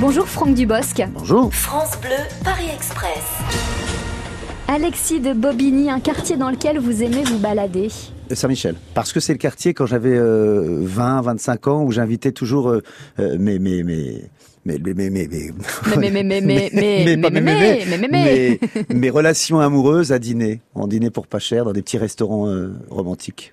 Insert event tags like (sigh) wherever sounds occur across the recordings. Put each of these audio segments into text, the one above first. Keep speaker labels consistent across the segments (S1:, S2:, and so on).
S1: Bonjour Franck Dubosc.
S2: Bonjour.
S3: France Bleu, Paris Express.
S1: Alexis de Bobigny, un quartier dans lequel vous aimez vous balader.
S2: Saint-Michel. Euh, Parce que c'est le quartier quand j'avais euh, 20, 25 ans où j'invitais toujours euh, euh, mes, mes, mes, mais mais mais mais
S1: mais mais mais mais mais
S2: pas
S1: mais mais mais mais mais
S2: mes- mes relations amoureuses à dîner, en dîner pour pas cher dans des petits restaurants euh, romantiques.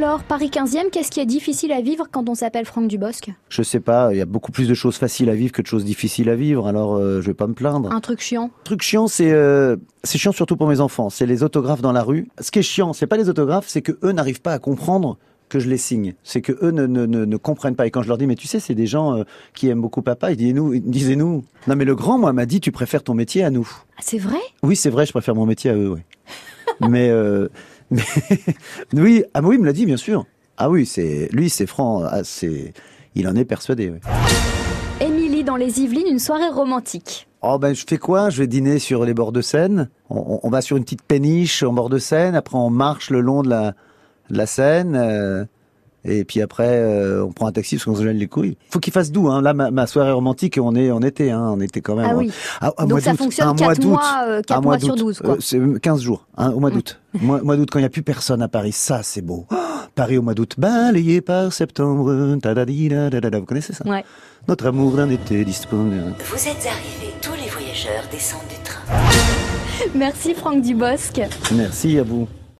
S1: Alors, Paris 15e, qu'est-ce qui est difficile à vivre quand on s'appelle Franck Dubosc
S2: Je sais pas, il y a beaucoup plus de choses faciles à vivre que de choses difficiles à vivre, alors euh, je vais pas me plaindre.
S1: Un truc chiant.
S2: truc chiant, c'est euh, c'est chiant surtout pour mes enfants. C'est les autographes dans la rue. Ce qui est chiant, c'est pas les autographes, c'est que eux n'arrivent pas à comprendre que je les signe. C'est que eux ne, ne, ne, ne comprennent pas. Et quand je leur dis, mais tu sais, c'est des gens euh, qui aiment beaucoup papa, ils disent nous, ils disaient nous. Non, mais le grand, moi, m'a dit, tu préfères ton métier à nous.
S1: Ah, c'est vrai
S2: Oui, c'est vrai, je préfère mon métier à eux, oui. mais, euh, mais (laughs) oui, ah oui, il me l'a dit, bien sûr. Ah oui, c'est lui, c'est franc, ah, c'est, il en est persuadé. oui.
S1: Émilie dans les Yvelines, une soirée romantique.
S2: Oh ben je fais quoi Je vais dîner sur les bords de Seine. On, on- on va sur une petite péniche en bord de Seine. Après on marche le long de la, de la Seine. euh, et puis après euh, on prend un taxi parce qu'on se gêne les couilles. Faut qu'il fasse doux. Hein. Là ma, ma soirée romantique on est en été. Hein. On était quand même.
S1: Ah
S2: en-
S1: oui.
S2: Ah, un mois
S1: Donc ça
S2: d'août, un
S1: fonctionne
S2: mois
S1: 4
S2: d'août.
S1: mois, euh,
S2: Un
S1: quatre mois sur
S2: d'août.
S1: 12 quoi.
S2: Euh, c'est 15 jours, hein, au mois
S1: (laughs)
S2: d'août. mois, mois d'août, quand il n'y a plus personne à Paris, ça c'est beau. (gasps) Oh, Paris au mois d'août, balayé par septembre. tadadi, dadada. Vous connaissez ça
S1: Ouais.
S2: Notre amour d'un été disponible.
S3: Vous êtes arrivés,
S2: Euh.
S3: tous les voyageurs descendent du train.
S1: Merci Franck Dubosc.
S2: Merci à vous.